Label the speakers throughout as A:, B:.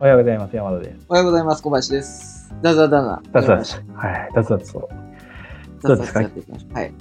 A: おはようございます。山田です。
B: おはようございます。小林です。だだだだ。
A: ダツダツ。はい。ダツダツと。どうですか
B: やっていきましょうはい。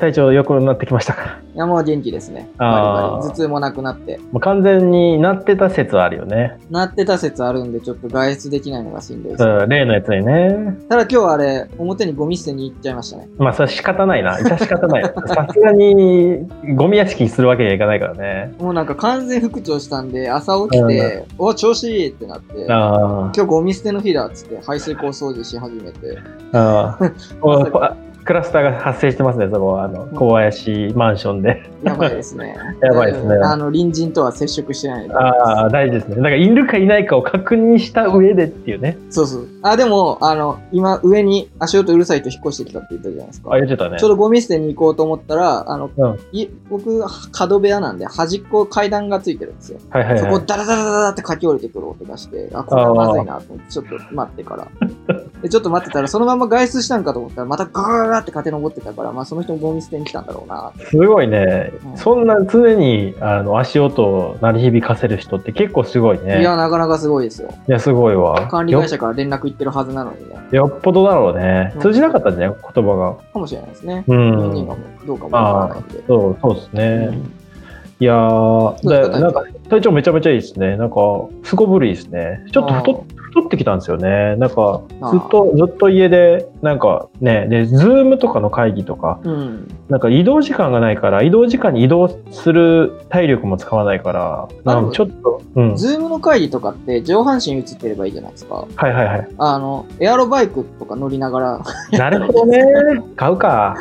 A: 体調良くなってきました か
B: いや、もう元気ですね。
A: あー
B: バリバリ頭痛もなくなって。
A: もう完全になってた説はあるよね。
B: なってた説あるんで、ちょっと外出できないのがしんどいです。
A: うん、例のやつにね。
B: ただ今日はあれ、表にゴミ捨てに行っちゃいましたね。
A: まあ、それは仕方ないな。致し方ない。 さすがに、ゴミ屋敷にするわけにはいかないからね。
B: もうなんか完全復調したんで、朝起きて、お、調子いいってなって、今
A: あ
B: 日ゴミ捨ての日だっつって、排水口掃除し始めて、
A: あ。ああ。 おこあクラスターが発生してますね、そこは。あの、小林マンションで。。
B: やばいですね
A: やばいですね
B: あの、隣人とは接触してないで
A: ああ、大事ですね。だから、いるかいないかを確認した上でっていうね。
B: そうそう。あ、でも、あの、今、上に足音うるさいと引っ越してきたって言ったじゃないですか。
A: あ、言ってたね
B: ちょ。うどゴミ捨てに行こうと思ったら、あの、
A: うん
B: い僕、角部屋なんで、端っこ階段がついてるんですよ。
A: はいはい
B: そ
A: は
B: こ、
A: い。
B: ダラダラダラって駆け下りてくる音がして、あ、これはまずいなと思って、ちょっと待ってから。 で、ちょっと待ってたら、そのまま外出したんかと思ったら、またガーガーガーって駆け上ってたから、まあ、その人もゴミ捨てに来たんだろうなって。
A: すごいね
B: う。ん
A: そんな常にあの足音を鳴り響かせる人って結構すごいね。
B: いや、なかなかすごいですよ。
A: いやすごいわ。
B: 管理会社から連絡行ってるはずなのにね。
A: よよっぽどだろうね
B: う。ん
A: 通じなかったんじゃない言葉が。
B: かもしれないですね。
A: う
B: 本人が
A: ん。
B: どうかもわからないんで。
A: そう、そうです
B: う
A: ね。
B: ん
A: いやー、
B: どうですか
A: だなんか体調めちゃめちゃいいですね。なんか、すこぶりですね。ちょっと太っ太ってきたんですよね。なんか、
B: あー
A: ずっと、ずっと家で、なんかね、で、ズームとかの会議とか、
B: うん。
A: なんか移動時間がないから、移動時間に移動する体力も使わないから、な
B: あで
A: ん
B: も
A: かちょっと、うん。
B: ズームの会議とかって上半身映ってればいいじゃないですか。
A: はいはいはい。
B: あの、エアロバイクとか乗りながら、 は
A: なるほどね。買うか。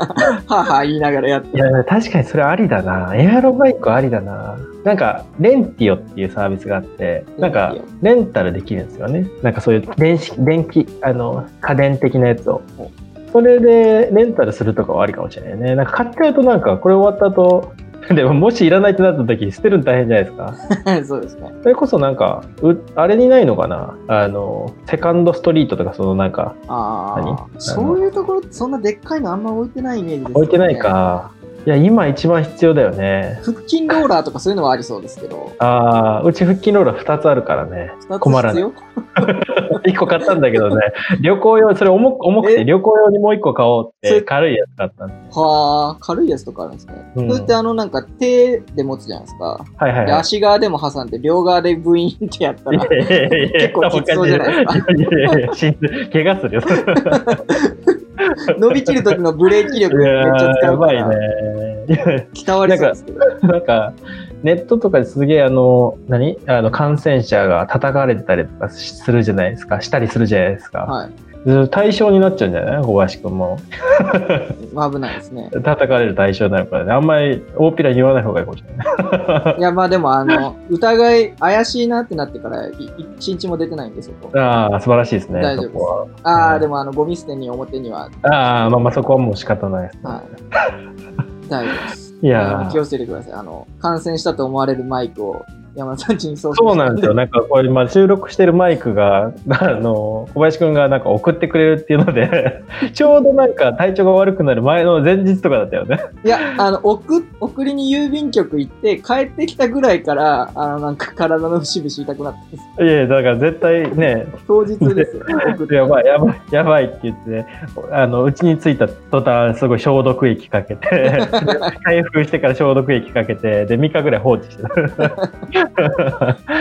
B: ぁはぁ言いながらやって
A: いや、確かにそれありだな。エアロバイクありだな。なんか、レンティオっていうサービスがあって、なんか
B: レンテ、
A: レンタルできるんですよね。なんかそういう電子、電気、あの、家電的なやつを。それでレンタルするとかはありかもしれないね。なんか買っちゃうとなんか、これ終わった後、 でももしいらないってなった時捨てるの大変じゃないですか。
B: そうですね。
A: それこそなんか、うあれにないのかなあの、セカンドストリートとかそのなんか、
B: ああ、
A: 何
B: そういうところってそんなでっかいのあんま置いてないイメージですよね。
A: 置いてない。か。いや、今一番必要だよね。
B: 腹筋ローラーとかそういうのはありそうですけど、
A: ああ、うち腹筋ローラー2つあるからね。
B: 2
A: 困ら
B: つ
A: な
B: 必
A: い
B: 要
A: 1個買ったんだけどね。 旅行用、それ重く重くて
B: え
A: 旅行用にもう1個買おうっ
B: そ
A: て
B: れ
A: 軽いやつ買ったんです。
B: はあ、軽いやつとかあるんですね。
A: うん
B: それってあのなんか手で持つじゃないですか。
A: はいはい
B: で、
A: はい。
B: 足側でも挟んで、両側でブイーンってやったら、
A: 結
B: 結構きつそうじゃないです
A: か。いやいやいやしんどい怪我 するよ。
B: 伸びきる時のブレーキ力
A: い
B: めっ
A: や
B: ちゃ
A: ー
B: 使
A: や
B: う か
A: ばい
B: ら、
A: ね。いや
B: 鍛われそうですけど。
A: なんか、ネットとかですげえ、あの、何あの、感染者が叩かれてたりとかするじゃないですか。したりするじゃないですか。
B: はい。
A: 対象になっちゃうんじゃない小林くんも。
B: 危ないですね。
A: 叩かれる対象になるからね。あんまり大っぴらに言わない方がいいかもしれない。
B: いや、まあでも、あの、疑い、怪しいなってなってから、い一日も出てないんですよ。
A: ああ、素晴らしいですね。
B: 大丈夫
A: そこは。
B: あ
A: う
B: あ、
A: ん
B: でも、あの、ゴミ捨てに表には、
A: ああ、まあまあそこはもう仕方ないですね。
B: はい。大丈夫です。
A: いや
B: あ
A: ー
B: の気をつけてください。あの、感染したと思われるマイクを山田さんちに送
A: そうなんですよ。なんかこれ、まあ、収録してるマイクが、 あの、小林くんがなんか送ってくれるっていうので、 ちょうどなんか体調が悪くなる前の前日とかだったよね。
B: いや、あの、送、送りに郵便局行って、帰ってきたぐらいから、あの、なんか体の節々痛くなってます。
A: いやいや、だから絶対ね、
B: 当日ですよ。送って
A: やばい、やばい、やばいって言って、あの、うちに着いた途端、すごい消毒液かけて、 で開封してから消毒液かけて、で、3日ぐらい放置してた。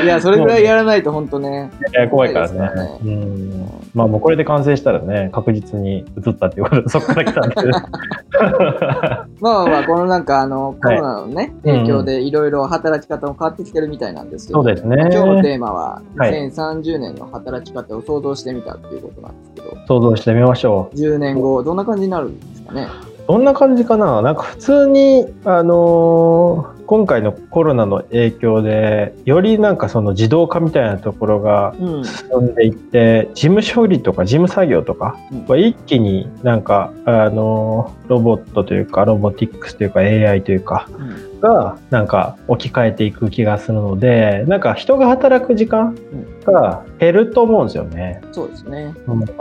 B: いや、それぐらいやらないと、本当ね。
A: いや怖いからね。
B: 怖いですからね
A: うん。まあもうこれで完成したらね、確実に移ったっていう ことで、そっから来たんで。
B: まあまあまあ、このなんかあの、コロナのね、
A: うん
B: 影響でいろいろ働き方も変わってきてるみたいなんですけ
A: そ
B: ど、
A: うですね。
B: 今日のテーマは、
A: はい
B: 2030年の働き方を想像してみたっていうことなんですけど、
A: 想像してみましょう。
B: 10年後、どんな感じになるんですかね。
A: どんな感じかななんか普通に、あのー今回のコロナの影響で、よりなんかその自動化みたいなところが
B: うん。
A: 進んでいって事務処理とか事務作業とか
B: うん
A: は一気になんかあのロボットというかロボティックスというか AI というかがなんか置き換えていく気がするのでなんか人が働く時間
B: ん
A: か減ると思うんですよね。
B: そうですね。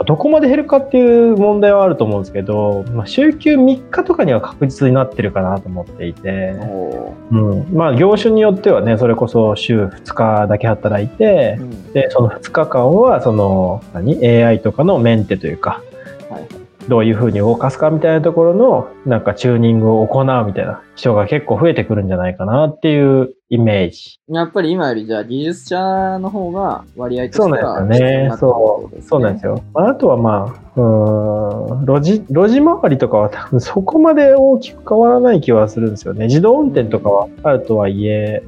A: どこまで減るかっていう問題はあると思うんですけど、まあ、週休3日とかには確実になってるかなと思っていて、
B: おー
A: うん、まあ業種によってはねそれこそ週2日だけ働いて、
B: うん
A: でその2日間はその何 AI とかのメンテというか、
B: はい
A: どういうふうに動かすかみたいなところのなんかチューニングを行うみたいな人が結構増えてくるんじゃないかなっていうイメージ。
B: やっぱり今よりじゃあ技術者の方が割合として
A: そう
B: は
A: なんですよね。そうそうなんです
B: よ。
A: よ。あとはまあ、うーん、路地、路地周りとかは多分そこまで大きく変わらない気はするんですよね。自動運転とかはあるとはいえ、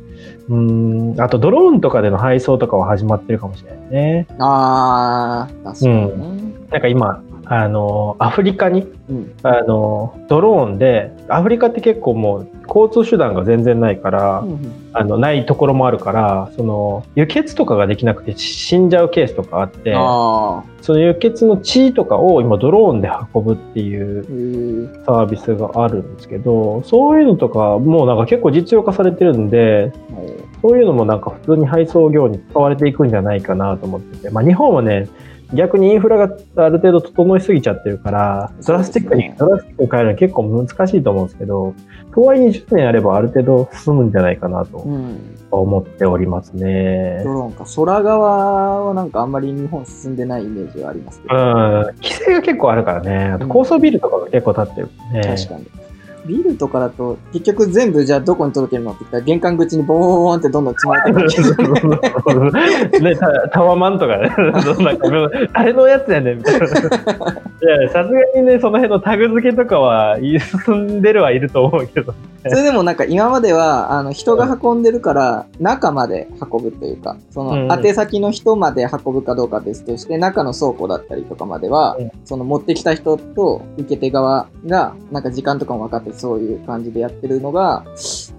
A: うーん、あとドローンとかでの配送とかは始まってるかもしれないね。
B: ああ、確かにね。
A: なんか今、あの、アフリカに、
B: うん。
A: あの、ドローンで、アフリカって結構もう交通手段が全然ないから、
B: うんうん
A: あの、ないところもあるから、その、輸血とかができなくて死んじゃうケースとかあって、
B: ああ、
A: その輸血の血とかを今ドローンで運ぶっていう
B: へー
A: サービスがあるんですけど、そういうのとかもうなんか結構実用化されてるんで、
B: はい
A: そういうのもなんか普通に配送業に使われていくんじゃないかなと思ってて、まあ日本はね、逆にインフラがある程度整いすぎちゃってるから、ドラスティックに、
B: そう
A: ドラ
B: ですね
A: スティックに変えるのは結構難しいと思うんですけど、とはいえ10年あればある程度進むんじゃないかなと
B: うん。
A: 思っておりますね。
B: ドローンか。空側はなんかあんまり日本進んでないイメージがありますけ
A: う
B: ど。
A: ん、規制が結構あるからね、あと高層ビルとかが結構建ってる、ね。
B: 確かに。ビルとかだと、結局全部じゃあどこに届けるのって言ったら玄関口にボーンってどんどん 積まれてくる。
A: ね、タタワマンとかね、 そんなあれのやつやねんみたいな。いや、さすがにね、その辺のタグ付けとかは進んでるはいると思うけど。
B: それでもなんか今まではあの人が運んでるから中まで運ぶというかそ
A: うん
B: の宛先の人まで運ぶかどうかは別として中の倉庫だったりとかまでは
A: うん
B: その持ってきた人と受け手側がなんか時間とかも分かってそういう感じでやってるのが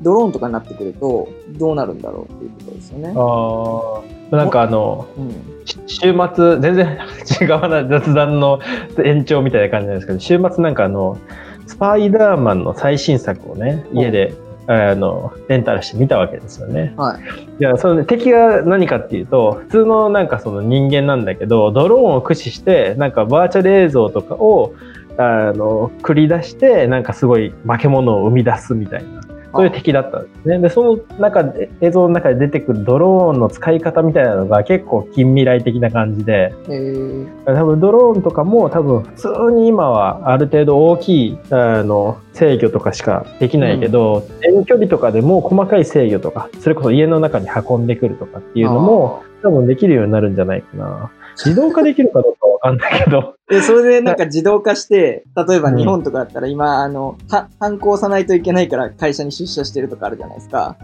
B: ドローンとかになってくるとどうなるんだろうっていうことですよね。
A: ああ、なんかあの、
B: うん、
A: し週末、全然違うな雑談の延長みたいな感じなんですけど、週末なんかあの、スパイダーマンの最新作をね、家で、あの、レンタルして見たわけですよね。
B: はい
A: いやその敵が何かっていうと普通のなんかその人間なんだけどドローンを駆使してなんかバーチャル映像とかをあの繰り出してなんかすごい化け物を生み出すみたいなそういう敵だったんですねでその中で映像の中で出てくるドローンの使い方みたいなのが結構近未来的な感じで
B: えー
A: 多分ドローンとかも多分普通に今はある程度大きいあの制御とかしかできないけど、遠距離とかでも細かい制御とかそれこそ家の中に運んでくるとかっていうのも多分できるようになるんじゃないかな自動化できるかどうかわかんないけど
B: でそれでなんか自動化して、例えば日本とかだったら今、あの、は反抗さないといけないから会社に出社してるとかあるじゃないです か。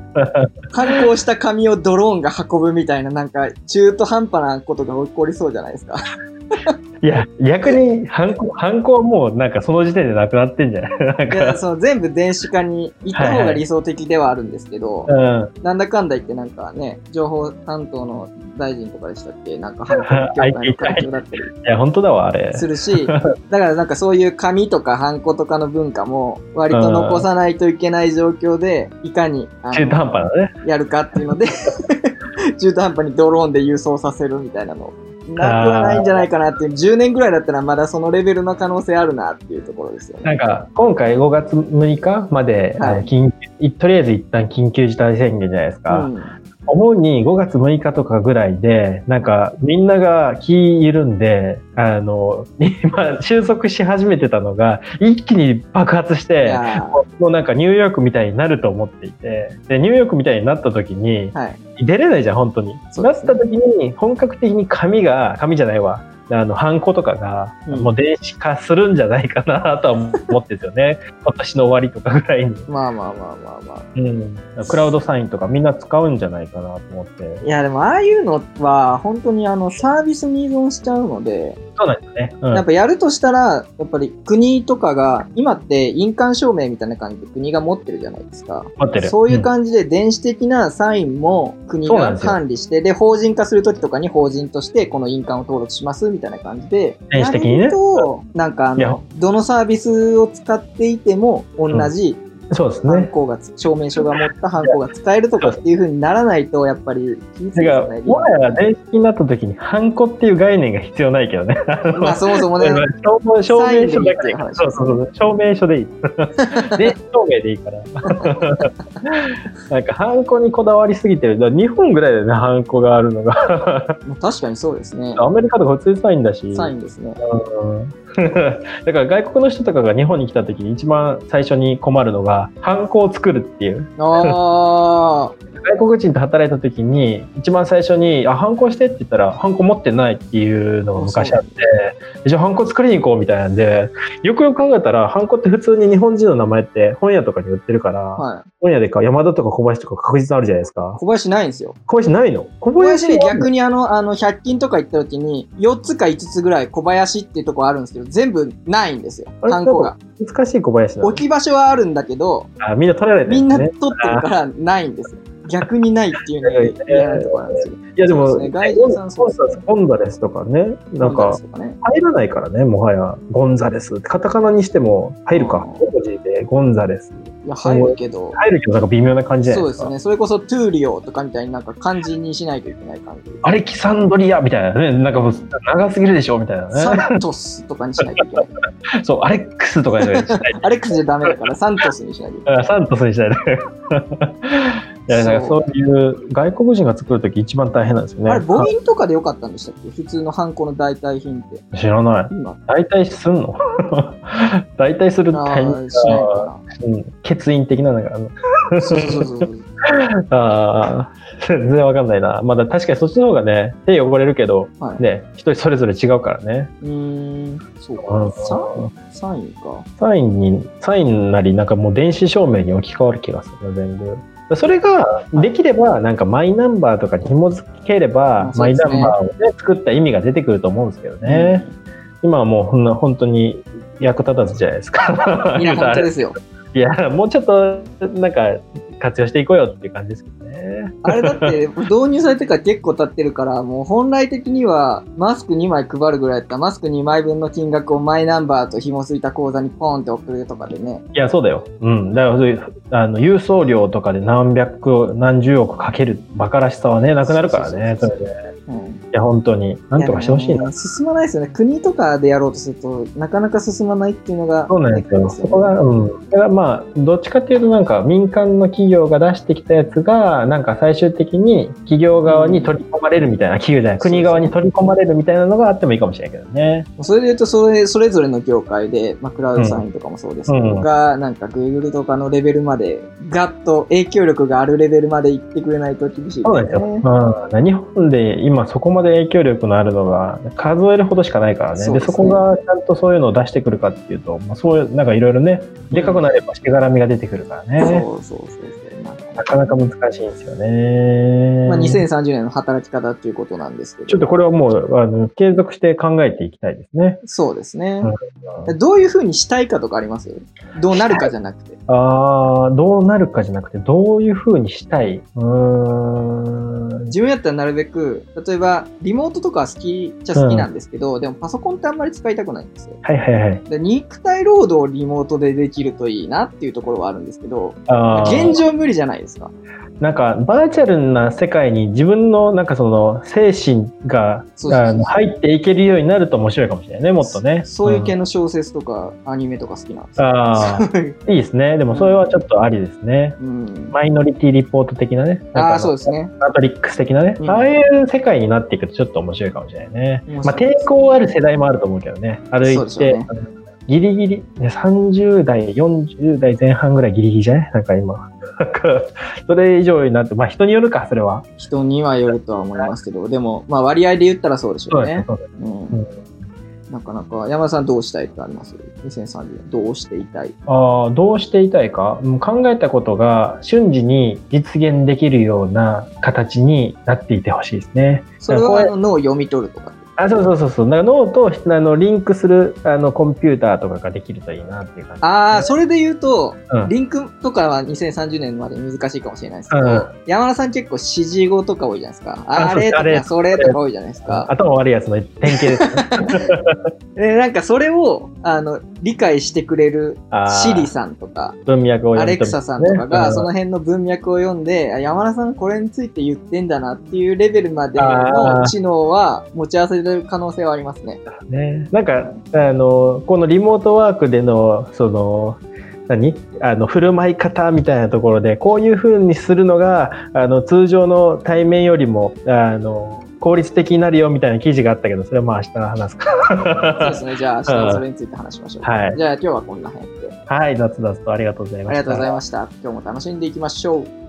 B: 反抗した紙をドローンが運ぶみたいな、なんか中途半端なことが起こりそうじゃないです か。
A: いや逆に犯行犯行はもうなんかその時点でなくなってんじゃない なん
B: いや
A: か、
B: その全部電子化に行った方が理想的ではあるんですけど、
A: うん、
B: なんだかんだ言ってなんかね、情報担当の大臣とかでしたっけなんか反抗協会の会長だった
A: い
B: り
A: や本当だわあれ
B: する し、だからなんかそういう紙とかハンコとかの文化も割と残さないといけない状況で、いかにあの
A: 中途半端だね
B: やるかっていうので、 中途半端にドローンで輸送させるみたいなの。なくはないんじゃないかなっていう、10年ぐらいだったらまだそのレベルの可能性あるなっていうところですよね。
A: なんか今回5月6日まで、
B: はい
A: あの緊急とりあえず一旦緊急事態宣言じゃないです
B: う
A: か、
B: ん、
A: 思うに5月6日とかぐらいでなんかみんなが気緩んであの 今収束し始めてたのが一気に爆発し
B: い
A: て
B: や
A: もうなんかニューヨークみたいになると思っていてでニューヨークみたいになった時に
B: ーはい。
A: 出れないじゃん本当に、
B: そう
A: な
B: で
A: っ
B: すね
A: た時に本格的に紙が紙じゃないわあのハンコとかが、
B: うん
A: もう電子化するんじゃないかなとは思ってるんですよね 今年の終わりとかぐらいに、
B: まあまあまあまあま
A: うん、クラウドサインとかみんな使うんじゃないかなと思って
B: あ。いやでもああいうのは本当にあのサービスに依存しちゃうので、
A: そうなんですよね、うん
B: やっぱやるとしたら、やっぱり国とかが、今って印鑑証明みたいな感じで国が持ってるじゃないですか。
A: 持ってる
B: そういう感じで電子的なサインも国
A: そうなん
B: が
A: ですよ
B: 管理して、で、法人化するときとかに法人としてこの印鑑を登録しますみたいな感じで、
A: 電子的にね
B: やると、なんかあ
A: いや
B: の、どのサービスを使っていても同じ
A: そうです
B: 犯
A: ね。
B: 行がつ、証明書が持った犯行が使えるとかっていう風にならないと、やっぱり、気
A: だ
B: 付
A: か
B: かな
A: ら、
B: い。
A: もはや電子機になった時に、ハンコっていう概念が必要ないけ どね。
B: まあ、そもそもね、
A: 証明証明書だけで
B: サインでいいっていう話
A: そうそうそう証明書でい い電子証明でいいから なんかハンコにこだわりすぎてるだから日本ぐらいだよねハンコがあるのが
B: まあ確かにそうですね。
A: アメリカとか普通にサインだし
B: サインですね。
A: うん だから外国の人とかが日本に来た時に一番最初に困るのがハンコを作るっていう
B: ああ、
A: 外国人と働いた時に一番最初に「あハンコして」って言ったらハンコ持ってないっていうのが昔あってじゃあハンコ作りに行こうみたいなんでよくよく考えたらハンコって普通に日本人の名前って本屋とかに売ってるから、
B: はい。
A: 本屋でか山田とか小林とか確実あるじゃないですか
B: 小林ないんですよ。
A: 小林ないの小
B: 小林
A: はあ
B: ね、
A: んの
B: 逆にあの、あの、100均とか行った時に、4つか5つぐらい小林っていうとこあるんですけど、全部ないんですよ。
A: あれ
B: ハンコが。
A: 難しい小林なの
B: 置き場所はあるんだけど、
A: あみんな取られて
B: み
A: る
B: んな
A: ん
B: 取
A: で
B: っ
A: すね
B: てるからないんですよ。逆にないっていうのが嫌なとこなんですよ。
A: いやで
B: そ
A: も
B: うですね外人さんそうですね
A: ゴンザレスとかねなんか
B: そう なんですよね
A: 入らないからねもはやゴンザレスカタカナにしても入るか
B: うん
A: 5文字でゴンザレス
B: いや、入るけど。
A: 入るけどなんか微妙な感じじゃないで
B: そうですす
A: か。
B: ね。それこそトゥーリオとかみたいになんか漢字にしないといけない感じ。
A: アレキサンドリアみたいなね、なんかもう長すぎるでしょみたいなね。
B: サントスとかにしないといけない。
A: そう、アレックスとかじゃ ない
B: アレックスじゃダメだからサントスにしないといけない。
A: あサントスにしたい ね。いや、なんかそういう外国人が作るとき一番大変なんですよね。
B: あれ、母音とかでよかったんでしたっけ普通のハンコの代替品って。
A: あ知らない。
B: 今、
A: 大体すんの 大体する
B: あ
A: タイミン
B: ー
A: グ
B: しないの
A: が、
B: か
A: うん、欠員的なのが、あの
B: な。そうそうそうそう。
A: あー全然わかんないな。まだ確かにそっちの方がね、手汚れるけど、
B: はい
A: ね、人それぞれ違うからね。
B: うーん、そう
A: うん
B: か。ササインか。
A: サインに、サインなり、なんかもう電子証明に置き換わる気がするな、全部。それができれば、なんかマイナンバーとかに紐付ければ、
B: そ
A: マ
B: うで
A: イ
B: す
A: ナ
B: ね
A: ンバーを、ね、作った意味が出てくると思うんですけどね。今はもうほんな本当に役立たずじゃないですか。
B: いや、本当ですよ。
A: いや、もうちょっと、なんか活用していこうよっていう感じですけどね。
B: あれだって、導入されてから結構経ってるから、もう本来的には、マスク2枚配るぐらいだったら、マスク2枚分の金額をマイナンバーと紐付いた口座にポンって送るとかでね。
A: いや、そうだよ。うん。だからそういう、あの、郵送料とかで何百、何十億かける馬鹿らしさはね、なくなるからね。
B: そ
A: そうれ
B: そう
A: で。い
B: うん。
A: や、本当に。なんとかしてほしいな
B: や。。進まないですよね。国とかでやろうとすると、なかなか進まないっていうのが、
A: そうなんですよ。
B: ネック
A: そこが、うん。だからまあ、どっちかっていうと、なんか民間の企業が出してきたやつが、なんか最終的に企業側に取り込まれるみたいな、企業じゃない、国側に取り込まれるみたいなのがあってもいいかもしれないけどね。
B: それで言うとそれ、それぞれの業界で、まあ、クラウドサインとかもそうですけど、
A: うん
B: が、なんか Google とかのレベルまで、ガッと影響力があるレベルまで行ってくれないと厳しいで
A: そうなんです
B: す
A: よ。
B: ね。
A: うん。日本で今そこまで影響力のあるのが数えるほどしかないからね。
B: そ
A: そう
B: で
A: です
B: ね
A: そこがちゃんとそういうのを出してくるかっていうと、まあ、そういう、なんかいろいろね、でかくなればしがらみが出てくるからね。
B: そうそうそうそう。なんか
A: なかなか難しいんですよね。
B: まあ、2030年の働き方っていうことなんですけど。
A: ちょっとこれはもう、あの、継続して考えていきたいですね。
B: そうですね。
A: うん
B: どういうふうにしたいかとかありますどうなるかじゃなくて。
A: ああ、どうなるかじゃなくて、どういう風にしたい。うーん。
B: 自分やったらなるべく、例えば、リモートとかは好きっちゃ好きなんですけど、でもパソコンってあんまり使いたくないんですよ。
A: はいはいはい。
B: で肉体労働をリモートでできるといいなっていうところはあるんですけど、
A: あー
B: 現状無理じゃないですか。
A: なんか、バーチャルな世界に自分の、なんかその、精神が
B: そうそうそう
A: あの入っていけるようになると面白いかもしれないね、もっとね。
B: そういう系
A: ん
B: の小説とかアニメとか好きなんですよ。
A: ああ、いいですね。でも、それはちょっとありですね。
B: うん。
A: マイノリティリポート的なね。なんか
B: あ
A: の
B: あ、そうですね。
A: マトリックス的なね、
B: うん
A: ああいう世界になっていくとちょっと面白いかもしれないね
B: 面。
A: ま
B: 白
A: あ、
B: いですね
A: 抵抗ある世代もあると思うけどね、歩
B: そうで
A: い
B: すよ
A: て、
B: ね
A: あのギリギリ、ね30代、40代前半ぐらいギリギリじゃないなんか今。 なんかそれ以上になって、まあ人によるか、それは。
B: 人にはよるとは思いますけど、でも、まあ割合で言ったらそうでしょうね。
A: そうですね。
B: うん
A: うん
B: なかなか、山田さんどうしたいってあります ?2030 年どうしていたい
A: ああ、どうしていたいか、うん考えたことが瞬時に実現できるような形になっていてほしいですね。
B: それは
A: こ
B: あ
A: れ
B: の脳を読み取るとかってこ
A: あそうそうそうそうなんか脳とあのリンクするあのコンピューターとかができるといいなっていう感じ、
B: ああ、それで言うと、
A: うん
B: リンクとかは2030年まで難しいかもしれないですけど、
A: うん
B: 山田さん結構指示語とか多いじゃないですか。
A: あ
B: あ
A: そうで
B: れ
A: す
B: と
A: あれ
B: かそれとか多いじゃないですか。
A: 頭悪いやつの典型です ね
B: でなんかそれをあの理解してくれる
A: あー
B: シリさんとか、
A: 文脈を
B: ア
A: 読
B: レ
A: み
B: ク
A: 取る
B: サさんとかが、
A: ね
B: その辺の文脈を読んで、あ山田さんこれについて言ってんだなっていうレベルまで
A: あ
B: の
A: ー
B: 知能は持ち合わせれる可能性はありますね。
A: ね、なんかあのこのリモートワークでのその何あの振る舞い方みたいなところでこういう風にするのがあの通常の対面よりもあの効率的になるよみたいな記事があったけどそれはまあ明日の話すか
B: そうです
A: は
B: ね。じゃあ、明日それについて話しましょう。
A: はい
B: じゃあ、今日はこんな辺で。
A: い夏夏とありがとうござい
B: あ
A: ま
B: り
A: し
B: がとうご
A: た
B: ざい。ました。今日も楽しんでいきましょう。